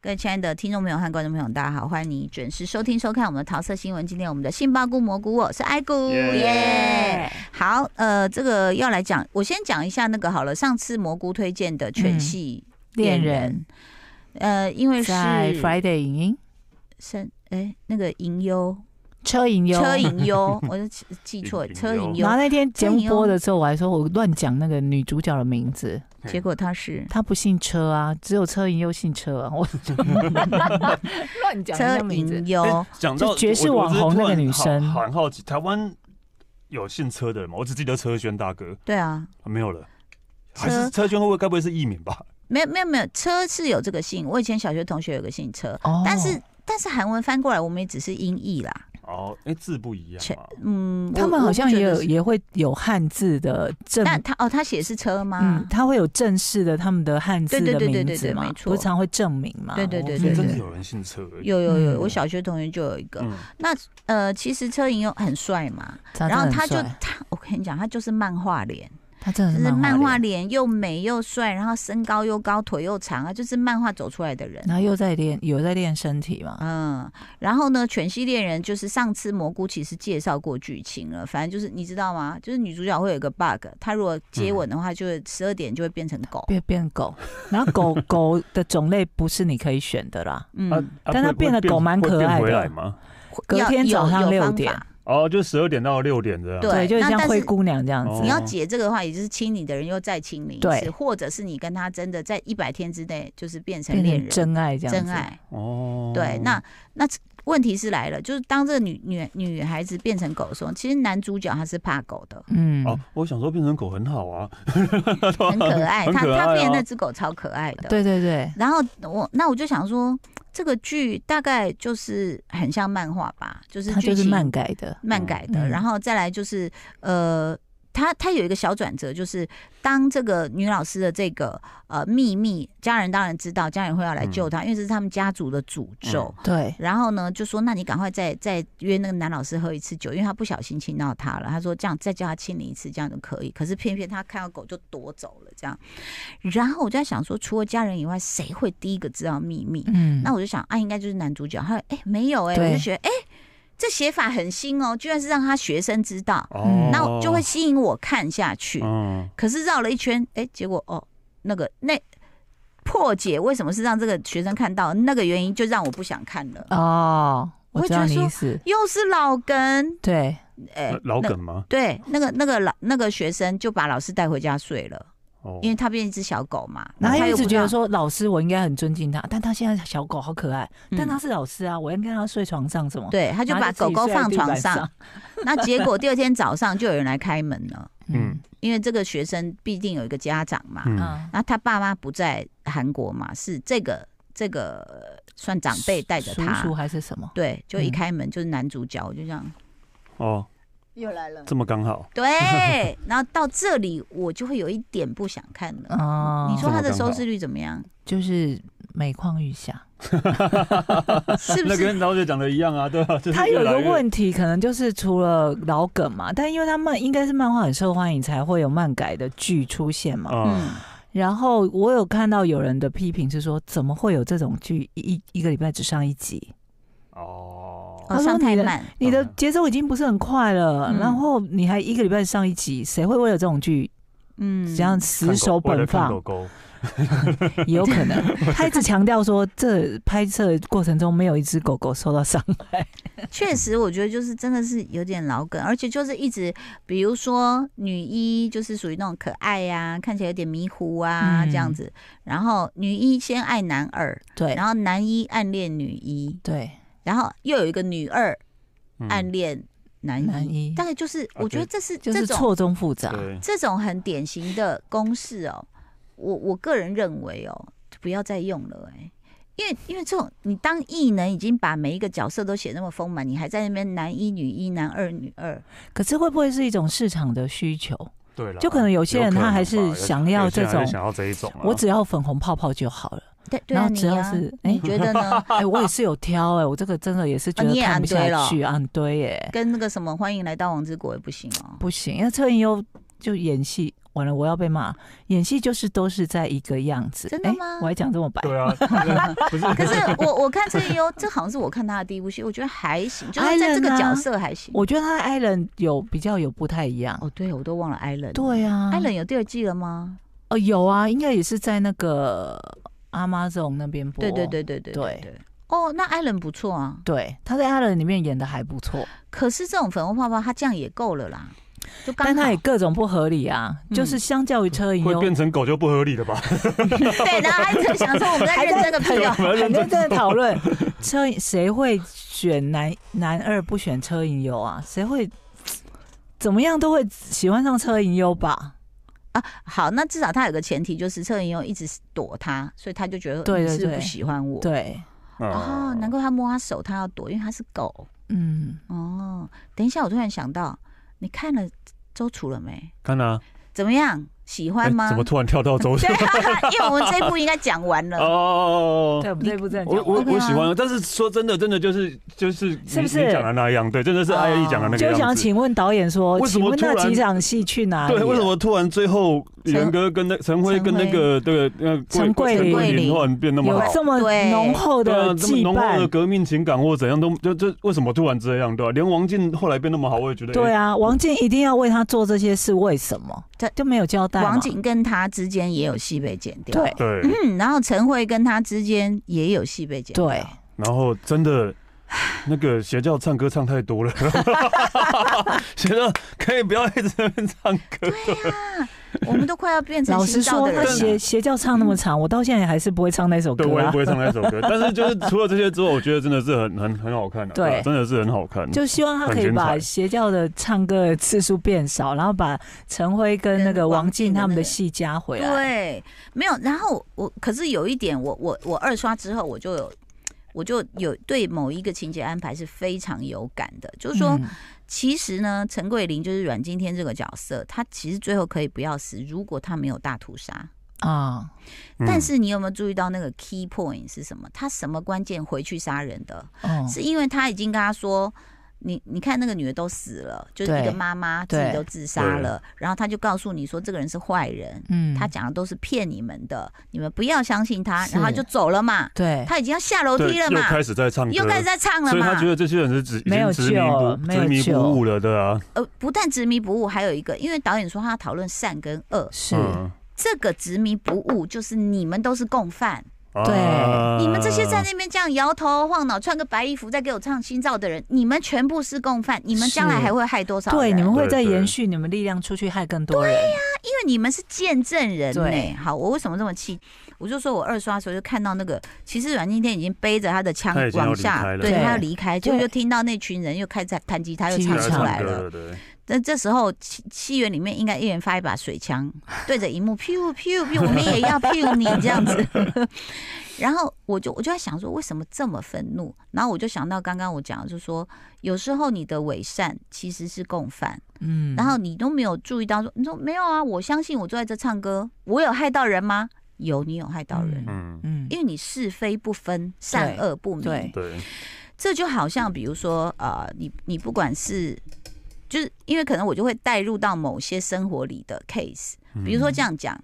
各位亲爱的听众朋友和观众朋友，大家好，欢迎你准时收听收看我们的桃色新闻。今天我们的杏鲍菇蘑菇，我是爱菇，耶耶！好，呃，这个要来讲，我先讲一下那个好了。上次蘑菇推荐的犬系嗯恋恋人人，呃，因为是在 Friday 影音生哎那个银优车影优车银 优，我就记记错银车银银优然后，那天节车目影优播的时候，我还说我乱讲那个女主角的名字，结果他是她不姓车啊，只有车影优姓车啊， 我乱讲车人家名字银。优哎。讲到就爵士网红那个女生我我只是突然好很好奇，台湾有姓车的人吗？我只记得车轩大哥，对啊，啊没有了。还是车轩会不会该不会是艺名吧？没有没有没有，车是有这个姓，我以前小学同学有个姓车，哦但是但是韩文翻过来，我们也只是音译啦。哦，哎，字不一样切嘛。嗯，我他们好像也，我有不觉得是也会有汉字的正，但他哦，他写的是车吗嗯，？他会有正式的他们的汉字对的对对对名对字对嘛没，错不是常会证明嘛？对对对对哦所以对真的有人姓车。有有有，嗯我小学同学就有一个。嗯，呃，其实车银优很帅嘛，他然真后的他很就帅他，我跟你讲，他就是漫画脸，他真就的是是漫画画脸，脸，又美又帅，然后身高又高，腿又长啊，就是漫画走出来的人。然后又在练有在练身体嘛？嗯，然后呢，《全系恋人》就是上次蘑菇其实介绍过剧情了，反正就是你知道吗？就是女主角会有一个 bug，她如果接吻的话，就会十二点就会变成狗。变变狗， 然后狗狗的种类不是你可以选的啦。啊嗯，啊但他会变得会狗蛮可爱的会变回来吗？隔要天早上有有六方点法哦，就十二点到六点这样。对对，就是那像但灰是姑娘这样哦子你。要解这个的话，也就是亲你的人又再亲你一对次，或者是你跟他真的在一百天之内就是变成变恋成人真爱这样子。真爱。哦，对，那那问题是来了，就是当这个女女女孩子变成狗的时候，其实男主角他是怕狗的，嗯，哦，我想说变成狗很好啊，很可爱， 很他可爱他变啊那只狗超可爱的。 对对对，然后我那我就想说，这个剧大概就是很像漫画吧，就是它剧就是情哦漫改的。漫改的，嗯然后再来就是呃。它它有一个小转折，就是当这个女老师的这个呃秘密，家人当然知道，家人会要来嗯救她，因为这是他们家族的诅咒。对，然后呢，就说那你赶快再再约那个男老师喝一次酒，因为他不小心亲到他了。他说这样再叫他亲你一次，这样就可以。可是偏偏他看到狗就夺走了这样。然后我就在想说，除了家人以外，谁会第一个知道秘密？嗯，那我就想啊，应该就是男主角。他说哎、没有哎、对我就觉得哎、这写法很新哦，居然是让他学生知道，哦，嗯那我就会吸引我看下去。哦嗯，可是绕了一圈，哎、结果哦，那个那破解为什么是让这个学生看到？那个原因就让我不想看了。哦，我我会知觉道得你说意思。又是老梗，对，哎、老那梗吗？对，那个那个老那个学生就把老师带回家睡了，哦，因为他变一只小狗嘛。然后他又一直不知觉道得，说老师我应该很尊敬他，但他现在小狗好可爱，嗯但他是老师啊，我应该让他睡床上什么？对，他就然后把自狗己狗睡在放地床板上， 那结果第二天早上就有人来开门了，嗯因为这个学生必定有一个家长嘛，嗯，嗯，那他爸妈不在韩国嘛，是这个这个呃算长辈带着叔他叔，还是什么？对，就一嗯开门就是男主角，我就这样哦，又来了，这么刚好， 对，然后到这里我就会有一点不想看了。哦，嗯你说它的这么刚收好视率怎么 样？就是每况愈下。是不那是？跟老姐讲的一样啊，对吧？就是他有越一来个越，问题，可能就是除了老梗嘛，但因为他漫应该是漫画很受欢迎，才会有漫改的剧出现嘛。嗯，嗯，然后我有看到有人的批评是说，怎么会有这种剧一一一个礼拜只上一集？哦，哦，他说上你太的慢，你的节奏已经不是很快了，嗯然后你还一个礼拜上一集，谁会为了这种剧嗯，这样看狗死守为了本看放狗？狗，也 有可能。 他一直强调说，这拍摄过程中没有一只狗狗受到伤害。确实，我觉得就是真的是有点老梗，而且就是一直，比如说女一就是属于那种可爱呀、看起来有点迷糊啊、嗯这样子，然后女一先爱男二，对然后男一暗恋女一，对，然后又有一个女二嗯暗恋男男一，一哦大概就是我觉得这是就这是种错综复杂。对，这种很典型的公式哦，我我个人认为哦，不要再用了哎、因为因为这种你当艺能已经把每一个角色都写那么丰满，你还在那边男一女一男二女二，可是会不会是一种市场的需求？哦对了，就可能有些人有可能他还吧是有想要有些这人还种是，想要这一种啊，我只要粉红泡泡就好 了。对对啊，然后你只要啊是，哎你觉得 呢？哎、我也是有挑哎、我这个真的也是觉啊得你也看不按堆下了去，按堆耶、跟那个什么欢迎来到王之国也不行哦，不行，因为车银优就演戏。完了，我要被骂。演戏就是都是在一个样子，真的哎吗我还讲这么白，对啊， 不是，可是我我看这一优，这好像是我看他的第一部戏，我觉得还行，就是在这 Island 个啊角色还行。我觉得他艾伦有比较有不太一样。哦，对，我都忘了艾伦。对啊，艾伦有第二季了吗？哦有啊，应该也是在那个 Amazon 那边播。对对对对对对对。哦，那艾伦不错啊，对，他在艾伦里面演的还不错，可是这种粉红泡泡，他这样也够了啦，就刚但他也好。各种不合理啊，嗯就是相较于车银会优，变成狗就不合理了吧？对，然后还在想说我们 在认真的哦朋 友，很认真的讨论 车谁会选男男二不选车银优啊？谁会怎么样都会喜欢上车银优吧？啊，好，那至少他有个前提，就是车银优一直躲他，所以他就觉得对你是对不是对不喜欢我。对，嗯哦，难怪他摸他手，他要躲，因为他是狗。嗯，哦，等一下，我突然想到，你看了周楚了没？看啊，怎么样？喜哎欢吗？怎么突然跳 到 周对、啊，因为我们这一部应该讲完哦了。 哦哦啊对，我哦。们这一部真的我讲我完了 OK 啊我喜欢，但是说真的，真的就是就是你是不是你讲的那样？对，真的是哦阿姨讲的那个就想样子。请问导演说，为什请么问那突然几场戏去哪里了？对，为什么突然最后陈元哥跟那陈辉跟那个这个那个陈桂陈林林突然变那么有好？这么对浓厚对啊的，这么羁浓厚的绊？革命情感或怎样都就就为什么突然这样对吧、连王静后来变那么好，我也觉得对哎啊，王静一定要为他做这些事，为什么这？就没有交代嘛。王景跟他之间也有戏被剪掉，对对，嗯，然后陈慧跟他之间也有戏被剪掉，对，然后真的那个邪教唱歌唱太多了， 邪教可以不要一直在那边唱歌。对呀、 我们都快要变成老实新造说，的人他了。邪邪教唱那么长，我到现在还是不会唱那首对，歌我也啊不。会唱那首歌，但是就是除了这些之后，我觉得真的是很很很好看的、对啊，真的是很好看。就希望他可以很精把彩邪教的唱歌的次数变少，然后把陈辉跟那跟个王王静静的他们那的个戏加回来。对，没有。然后我，可是有一点我，我我二刷之后，我就有，我就有对某一个情节安排是非常有感的，就是说，嗯其实呢，陈桂林就是阮经天这个角色，他其实最后可以不要死，如果他没有大屠杀。啊，嗯但是你有没有注意到那个 key point 是什么？他什么关键回去杀人的？嗯是因为他已经跟他说，你你看那个女的都死了，就是一对个妈妈自己对都自杀了，然后他就告诉你说这个人是坏人，嗯他讲的都是骗你们的，你们不要相信他，是然后他就走了嘛，对嗯他已经要下楼对梯了又嘛，开始在唱歌，又开始在唱了所以嘛他觉，得这些人是执已没有经执迷救了不没有执迷救不悟了，对啊，呃，不但执迷不悟，还有一个，因为导演说他要讨论善跟恶，是嗯这个执迷不悟就是你们都是共犯，对啊你们这些在那边这样摇头晃脑、穿个白衣服在给我唱新造的人，你们全部是共犯，你们将来是还会害多少人？对，你们会对再对延续你们力量出去害更多人。因为你们是见证人呢、对好，我为什么这么气？我就说我二刷的时候就看到那个，其实阮经天已经背着他的枪他已经要往离开下，了对对他要离开，就对又听到那群人又开始弹吉他，又继续唱在出唱来歌了。了，对，但这时候戏戏园里面应该一人发一把水枪，对着荧幕，pew pew pew，我们也要 pew 你这样子。 然后我就我就在想说，为什么这么愤怒？然后我就想到刚刚我讲的，就是说有时候你的伪善其实是共犯，嗯，然后你都没有注意到说，你说没有啊，我相信我坐在这唱歌，我有害到人吗？有，你有害到人，嗯，嗯因为你是非不分，善恶不明。对对，这就好像比如说，呃，你你不管是，就是因为可能我就会带入到某些生活里的 case，比如嗯说这样讲，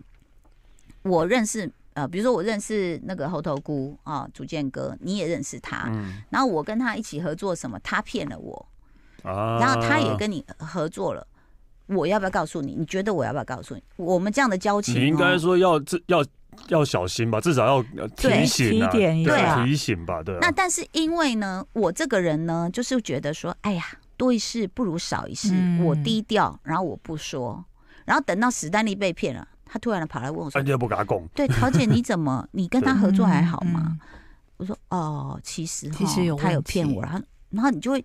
我认识呃，比如说我认识那个猴头菇啊，主建哥，你也认识他，嗯然后我跟他一起合作什么，他骗了我，啊，然后他也跟你合作了。我要不要告诉你？你觉得我要不要告诉你？我们这样的交情、哦，你应该说要这要要小心吧，至少要呃对提醒啊，提点一对下提醒吧，对啊。那但是因为呢，我这个人呢，就是觉得说，哎呀，多一事不如少一事，嗯我低调，然后我不说，然后等到史丹利被骗了，他突然跑来问我说人：“啊家不敢讲，对，桃姐你怎 么？你跟他合作还好吗？嗯？嗯？我说：“哦，其实其实齁有他有问骗题我，然后然后你就会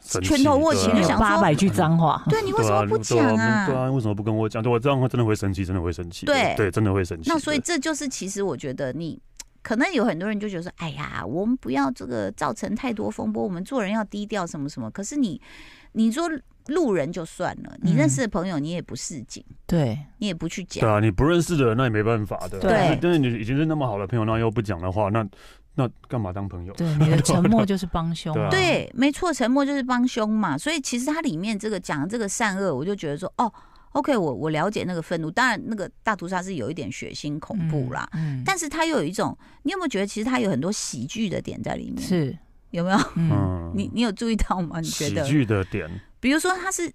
神拳头握紧对啊就有想嗯八说百句脏话。对你为对什啊么不对讲啊？啊？对啊，为什么不跟我讲？对我这样真的会生气，真的会生气。对对，真的会生气。那所以对这就是其实我觉得你。可能有很多人就觉得说，哎呀，我们不要这个造成太多风波，我们做人要低调，什么什么。可是你，你说路人就算了，你认识的朋友你也不示警，嗯对你也不去对讲，啊，你不认识的人那也没办法的。对但是但是你已经是那么好的朋友，那又不讲的话，那那干嘛当朋 友？对，你的沉默就是帮凶啊。对对，没错，沉默就是帮凶嘛。所以其实它里面这个讲这个善恶，我就觉得说，哦， OK，我我了解那个愤怒，当然那个大屠杀是有一点血腥恐怖啦，嗯，嗯但是它又有一种，你有没有觉得其实它有很多喜剧的点在里面？是有没有？嗯嗯，你你有注意到吗？你觉喜得？剧的点，比如说他是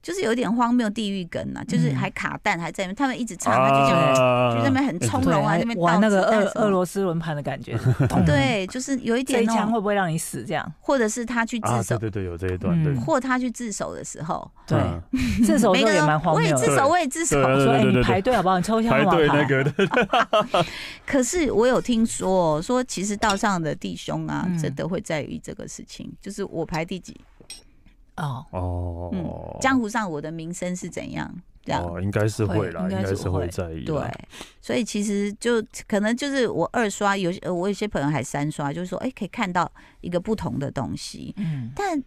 就是有点荒谬地狱梗啊，就是嗯还卡蛋还在那边，他们一直唱，他就啊讲。就在那边很从对容啊，还那边玩倒那个子弹俄什么俄罗斯轮盘的感 觉，咚，对，就是有一这点一那枪种，会不会让你死？这样，嗯或者是他去自啊，首对，对对，有这一段，嗯对或他去自首的时候，对，嗯这时候每就个也人蛮荒我也谬自的。对首，我也自首。对说哎，对你对排队好不好？你抽签排干嘛队排那个的，可是我有听说，哦说其实道上的弟兄啊，嗯真的会在意这个事情，就是我排第几，哦，哦，江湖上我的名声是怎样，这样。哦，应该是会啦，会应应该是该是会会在意，对，，所以其实就可能就是我二刷，有些呃我有些朋友还三刷，就是说，哎、可以看到一个不同的东西。嗯，但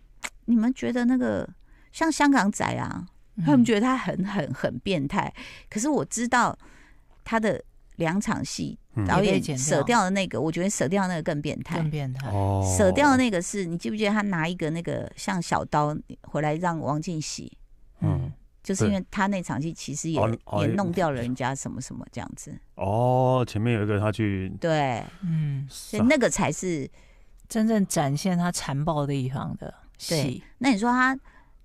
你们觉得那个像香港仔啊，他嗯们觉得他很很很变态，可是我知道他的两场戏，嗯导也被演剪掉舍掉的那个，我觉得舍掉那个更变态更。变态，哦，舍掉的那个是你记不记得他拿一个那个像小刀回来让王静洗，嗯嗯，就是因为他那场戏其实也哦哦也也弄掉了人家什么什么这样子，哦，前面有一个他去，对，嗯，所以那个才是。真正展现他残暴的地方的戏，那你说他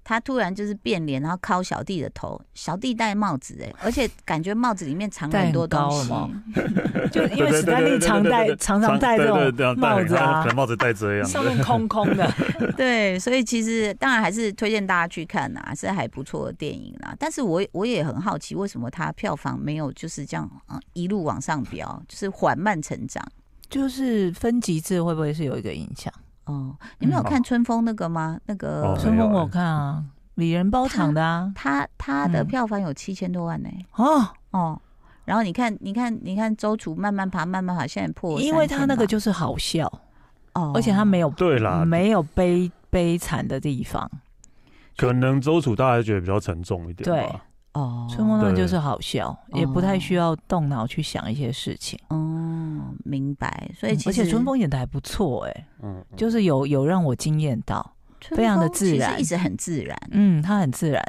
他突然就是变脸，然后敲小弟的头，小弟戴帽子 哎、而且感觉帽子里面藏了很多东西戴，很就因为史丹利常戴常常戴这对对种帽子啊可，能帽子戴这样，上面空空的， 对，所以其实当然还是推荐大家去看呐、是还不错的电影啦。但是我我也很好奇，为什么它票房没有就是这样啊、呃一路往上飙，就是缓慢成长。就是分级制会不会是有一个影响？哦，你们有嗯看春风那个吗？那哦个春风我看啊，李仁包场的啊，他他的嗯票房有七千多万呢、哦，哦。然后你看，你看，你看，周楚慢慢爬，慢慢爬，现在破3000吧，因为他那个就是好笑，哦，而且他没有对啦，没有悲悲惨的地方，可能周楚大家觉得比较沉重一点吧，哦，春风那对就是好笑，也不太需要动脑去想一些事情。哦，明白。所以嗯其实而且春风演的还不错，哎，嗯，嗯就是有有让我惊艳到，春非常的风自其实然一直很自然，嗯，他很自然，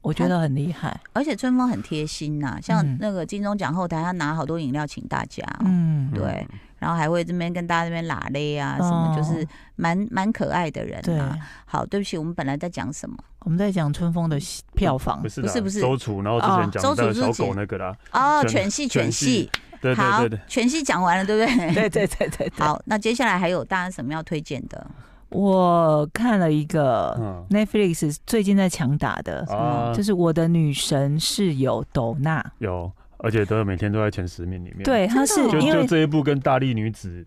我觉得很厉害，而且春风很贴心呐、像嗯那个金钟奖后台，他拿好多饮料请大家哦、嗯，对，然后还会这边跟大家这边拉勒啊，什么哦就是蛮蛮可爱的人对。啊。好，对不起，我们本来在讲什么？我们在讲春风的戏票房不，是不啦是不是周楚，然后之前哦讲周楚到是小姐狗那个啦，哦，犬犬系，犬犬系系，嗯对好对对对，，犬系讲完了，对不对？ 对对对对对。 好，那接下来还有大家什么要推荐的？我看了一个嗯 Netflix 最近在强打的，啊嗯就，是我的女神室友斗娜，有，而且都每天都在前十名里面，，对，她是真的就哦因就为这一部跟大力女子，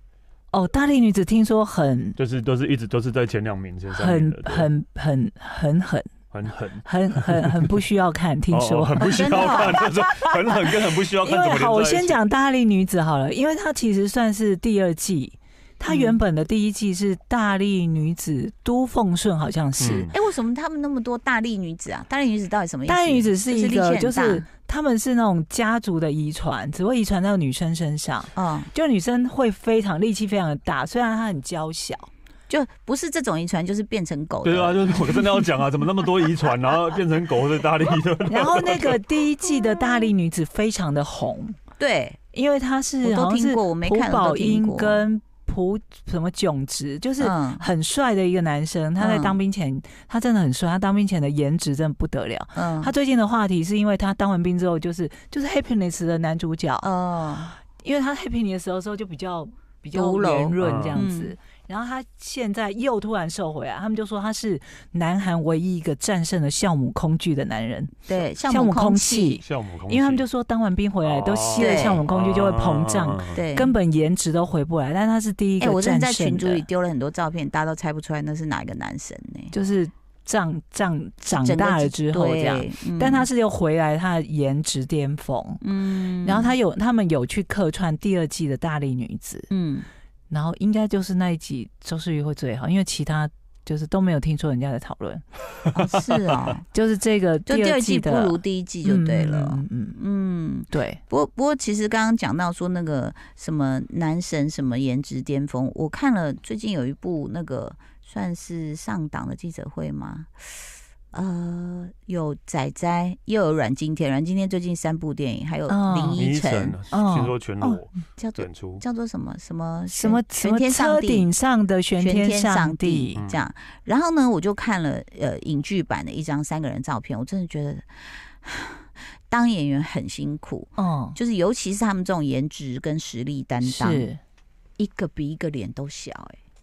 哦，大力女子听说很就是都是一直都是在前两名、前三名很的，对很很很很很狠，很很很不需要看，听哦哦说。很不需要真的哦看，就是很狠跟很不需要看，因为怎么连好，我在一先起，讲大力女子好了，因为它其实算是第二季，它原嗯本的第一季是大力女子都奉顺，好像是。嗯哎，为什么他们那么多大力女子啊？大力女子到底什么意思？大力女子是一个，就就是力气很是他们是那种家族的遗传，只会遗传到女生身上。哦，就女生会非常力气非常的大，虽然她很娇 小，就不是这种遗传，就是变成狗的。对啊，就是我真的要讲啊，怎么那么多遗传，然后变成狗的大力 的，然后那个第一季的大力女子非常的红，对，因为她我是都好像听是过，我没朴看，我都宝听英过。跟朴什么炯植，就是嗯很帅的一个男生。他在嗯当兵前，他真的很帅，他当兵前的颜值真的不得了。嗯，他最近的话题是因为他当完兵之后，就是就是《Happiness》的男主角，哦，因为他 Happiness 的时候就比较比较独楼圆润这样嗯子。然后他现在又突然瘦回来，他们就说他是南韩唯一一个战胜了酵母空惧的男人，对，像酵母空空，气，像我们空气，因为他们就说当完兵回来都吸了对酵母空惧就会膨胀，啊，对，根本颜值都回不来。但他是第一哦哎、个我真的战在群胜组的，里丢了很多照片，大家都猜不出来那是哪一个男神呢、就是长长长整个大了之后这样。，对嗯但他是又回来他的颜值巅峰，嗯然后他有他们有去客串第二季的大力女子，嗯，然后应该就是那一集收视率会最好，因为其他就是都没有听说人家在讨论，哦是 哦，就是这个就第二季季不的如第一季就对了。嗯嗯嗯嗯对，不过不过，其实刚刚讲到说那个什么男神什么颜值巅峰，我看了最近有一部那个算是上档的记者会吗？呃，有仔仔，又有阮经天，阮经天最近三部电影，还有哦林倪依晨晨，哦听说全裸叫做整出，叫做什么什么什么什全么天上车帝。顶上的玄全天天上帝帝，这样。然后呢，我就看了呃影剧版的一张三个人照片，我真的觉得 当演员很辛苦，哦，就是尤其是他们这种颜值跟实力担当，是一个比一个脸都小、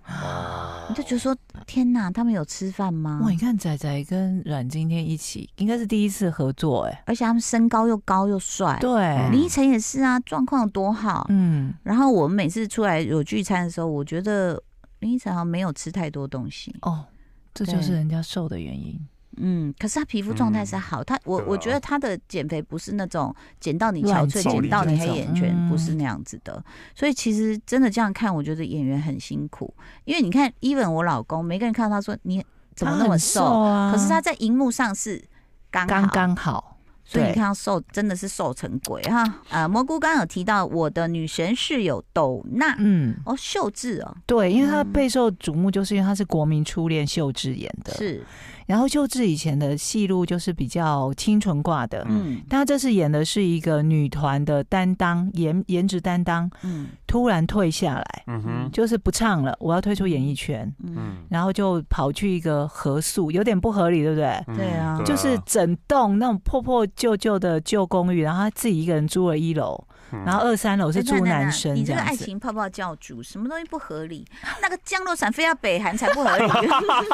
哎，你就觉得说天哪，他们有吃饭吗哇！？你看仔仔跟阮经天一起，应该是第一次合作哎、而且他们身高又高又帅，对，林依晨也是啊，状况有多好。嗯，然后我们每次出来有聚餐的时候，我觉得林依晨好像没有吃太多东西，哦，这对就是人家瘦的原因。嗯，可是她皮肤状态是嗯好，她我对啊我觉得她的减肥不是那种减到你憔悴、乱走减到你黑眼圈那，种不是那样子的。所以其实真的这样看，我觉得演员很辛苦，因为你看，even 我老公，每个人看到他说你怎么那他么很瘦，啊？可是他在荧幕上是刚刚好，刚好，所以你对看他瘦真的是瘦成鬼哈。呃，蘑菇刚刚有提到我的女神室友斗娜，嗯，哦，秀智哦，对，因为他嗯备受瞩目，就是因为他是国民初恋秀智演的。，是，然后秀智以前的戏路就是比较清纯挂的，嗯但他这次演的是一个女团的担当，颜颜值担当，嗯突然退下来，嗯哼，就是不唱了，我要退出演艺圈，嗯，嗯，然后就跑去一个合宿，有点不合理，对不对？嗯对啊就是整栋那种破破旧旧的旧公寓，然后他自己一个人租了一楼，然后二三楼是哎住那那男那生你这这个样爱子。情泡泡教主，什么东西不合理？那个降落伞飞到北韩才不合理，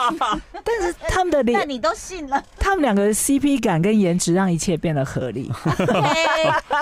但是他们的但脸，你都信 了。他们两个的 CP 感跟颜值让一切变得合 理，对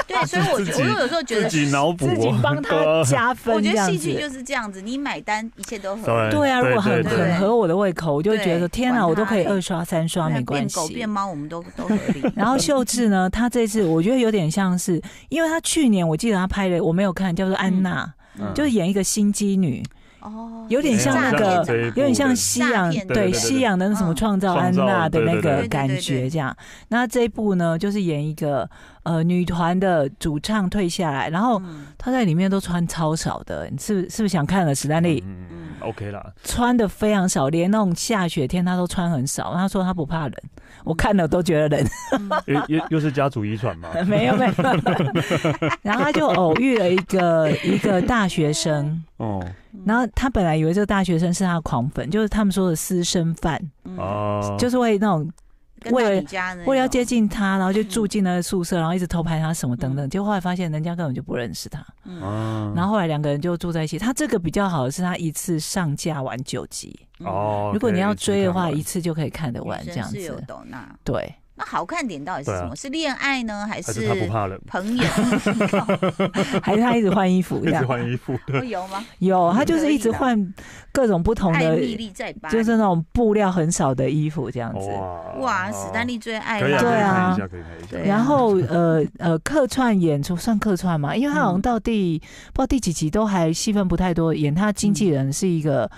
对，所以我觉得自己我有时候觉自得，己脑补，啊自己帮 他加我分觉这得样戏剧子。就是这样子，你买单，一切都合对理。对啊，如果对很对对很合我的胃口，我就会觉对得天管哪，他我都可以二刷三刷没关变狗系变。猫，我们都都合理。 然后秀智呢，她这次我觉得有点像是，因为她去年我记得她拍的我没有看，叫做《安娜》，嗯就是演一个心机女，哦，有点像那个这样有点像对西洋诈骗对对对对西洋的那什么嗯创造安娜的那创造对个对感对对对觉这样。那这一部呢，就是演一个呃女团的主唱退下来，然后嗯她在里面都穿超少的，你是不是是不是想看了史丹利嗯嗯嗯，OK 啦，穿的非常少，连那种下雪天她都穿很少。她说她不怕冷，我看了都觉得冷，又又又是家族遗传嘛， 没有没有。然后她就偶遇了一个一个大学生，哦然后她本来以为这个大学生是她的狂粉，就是他们说的私生饭，啊，就是是会那种。嗯跟到你家呢，为了要接近他，然后就住进那个宿舍，然后一直偷拍他什么等等，结果后来发现人家根本就不认识他。嗯，啊然后后来两个人就住在一起。他这个比较好的是，他一次上架完九集，嗯，哦，如果你要追的话，可以一次就可以看得完女这生样是有子。抖那对， 那好看点到底是对啊什么？是恋爱呢，还看完还是他不是怕冷，朋友？还是他一直换衣服 一这直样。换衣服，对，会有吗？有，啊他也就是可以一直啦换各种不同艾的，米丽在巴黎，就是那种布料很少的衣服这样子。哇哇，史丹利最爱哦可以啊，他可以对啊看一下，可以看一下，对然后呃呃，客串演出算客串嘛？因为他好像到第、不知道第几集都还戏份不太多，演他经纪人是一个。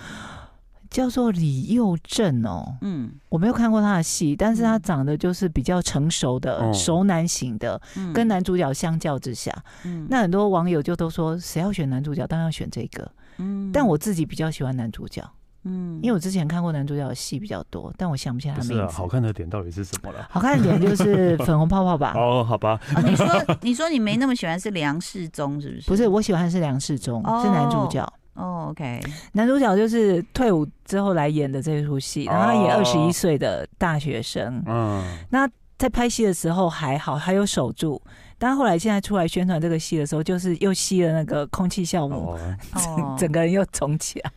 叫做李佑镇哦，嗯我没有看过他的戏，但是他嗯长得就是比较成熟的、哦熟男型的，嗯跟男主角相较之下，嗯那很多网友就都说谁要选男主角，当然要选这个。嗯但我自己比较喜欢男主角，嗯因为我之前看过男主角的戏比较多，但我想不起来不他是名字。啊，好看的 点到底是什么了？好看的点就是粉红泡泡 吧，哦，好吧，哦，你说你说你没那么喜欢是梁世宗是不是？不是，我喜欢的是梁世忠，哦是男主角。哦，OK，男主角就是退伍之后来演的这出戏，哦然后他演二十一岁的大学生。嗯，在拍戏的时候还好，还有守住，但后来现在出来宣传这个戏的时候，就是又吸了那个空气酵母，，哦，哦 整个人又肿起来。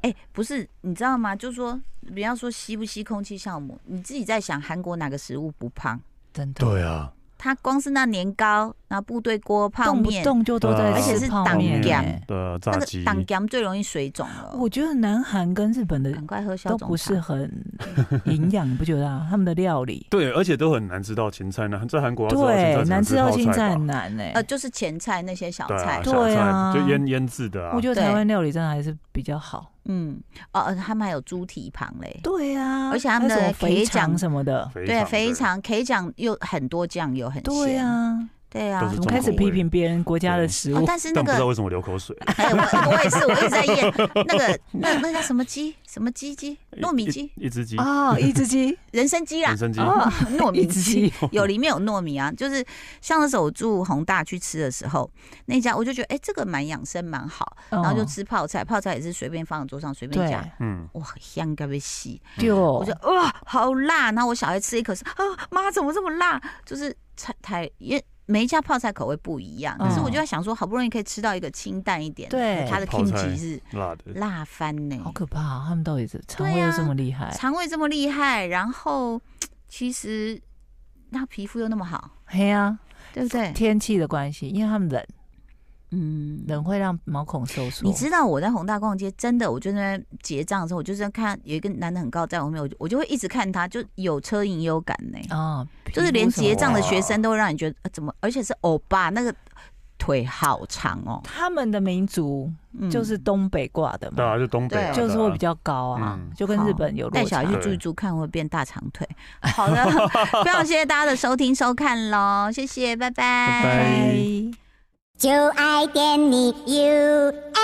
哎、不是，你知道吗？就说不要说吸不吸空气酵母，你自己在想韩国哪个食物不胖？ 真的，对啊，它光是那年糕、那部队锅、泡动不面，动就都在对啊而且吃是泡挡面酱欸。对啊，那炸个鸡，胆姜最容易水肿了。我觉得南韩跟日本的赶嗯快喝消都肿不是茶。很营养，你不觉得啊？他们的料理，对，而且都很难吃到芹菜呢，在韩国要知道芹菜对，只能难吃到泡青菜菜吧很难哎。呃，就是前菜那些小对菜啊，，对小啊菜就腌腌制的啊我，觉得对台湾料理真的还是比较好。嗯，哦、呃，他们还有猪蹄膀嘞，对呀、而且他们的还有什么可以肥肠讲啊什么的，肥对，肠肥对肠 K 讲又很多酱油，很对咸，呀、对啊都是怎么中国开始批评别人国家的对食哦物？但是那但不知道个，为什么流口水。哎，我我也是，我一直在验 那个那那叫什么鸡，什么鸡鸡，糯米鸡，一，一只鸡，啊 哦，一只鸡，人参鸡啦人，参鸡，哦，糯米一只鸡。鸡，有里面有糯米啊，就是像那时候我住宏大去吃的时候，那家我就觉得哎、这个蛮养生蛮好， 然哦后就吃泡菜，泡菜也是随便放在桌上随便对加，嗯，哇香该被吸，就我就哇好辣，然后我小孩吃一口是啊妈怎么这么辣，就是菜台因为。每一家泡菜口味不一样，可是我就在想说，好不容易可以吃到一个清淡一点的，嗯对它的泡 k 菜 i 是辣的，辣翻呢、好可怕啊，他们到底是肠胃对啊又这么厉害？肠胃这么厉害，然后其实那皮肤又那么好，嘿呀，对不对？天气的关系，因为他们冷，嗯，冷会让毛孔收缩。你知道我在宏大逛街，真的，我就在那边结账的时候，我就在看有一个男的很高，在我后面，我就我就会一直看他，就有车隐忧感呢、啊，就是连结账的学生。生都会让你觉得、呃、怎么，而且是欧巴那个腿好长哦，他们的民族嗯就是东北挂的当嘛，然就东北啊，就是会比较较高啊，嗯就跟日本有落带小差孩。去住一住，看会不会变大长 腿。好的，非常谢谢大家的收听收看喽，谢谢，拜拜拜拜拜哎就爱点你 U。F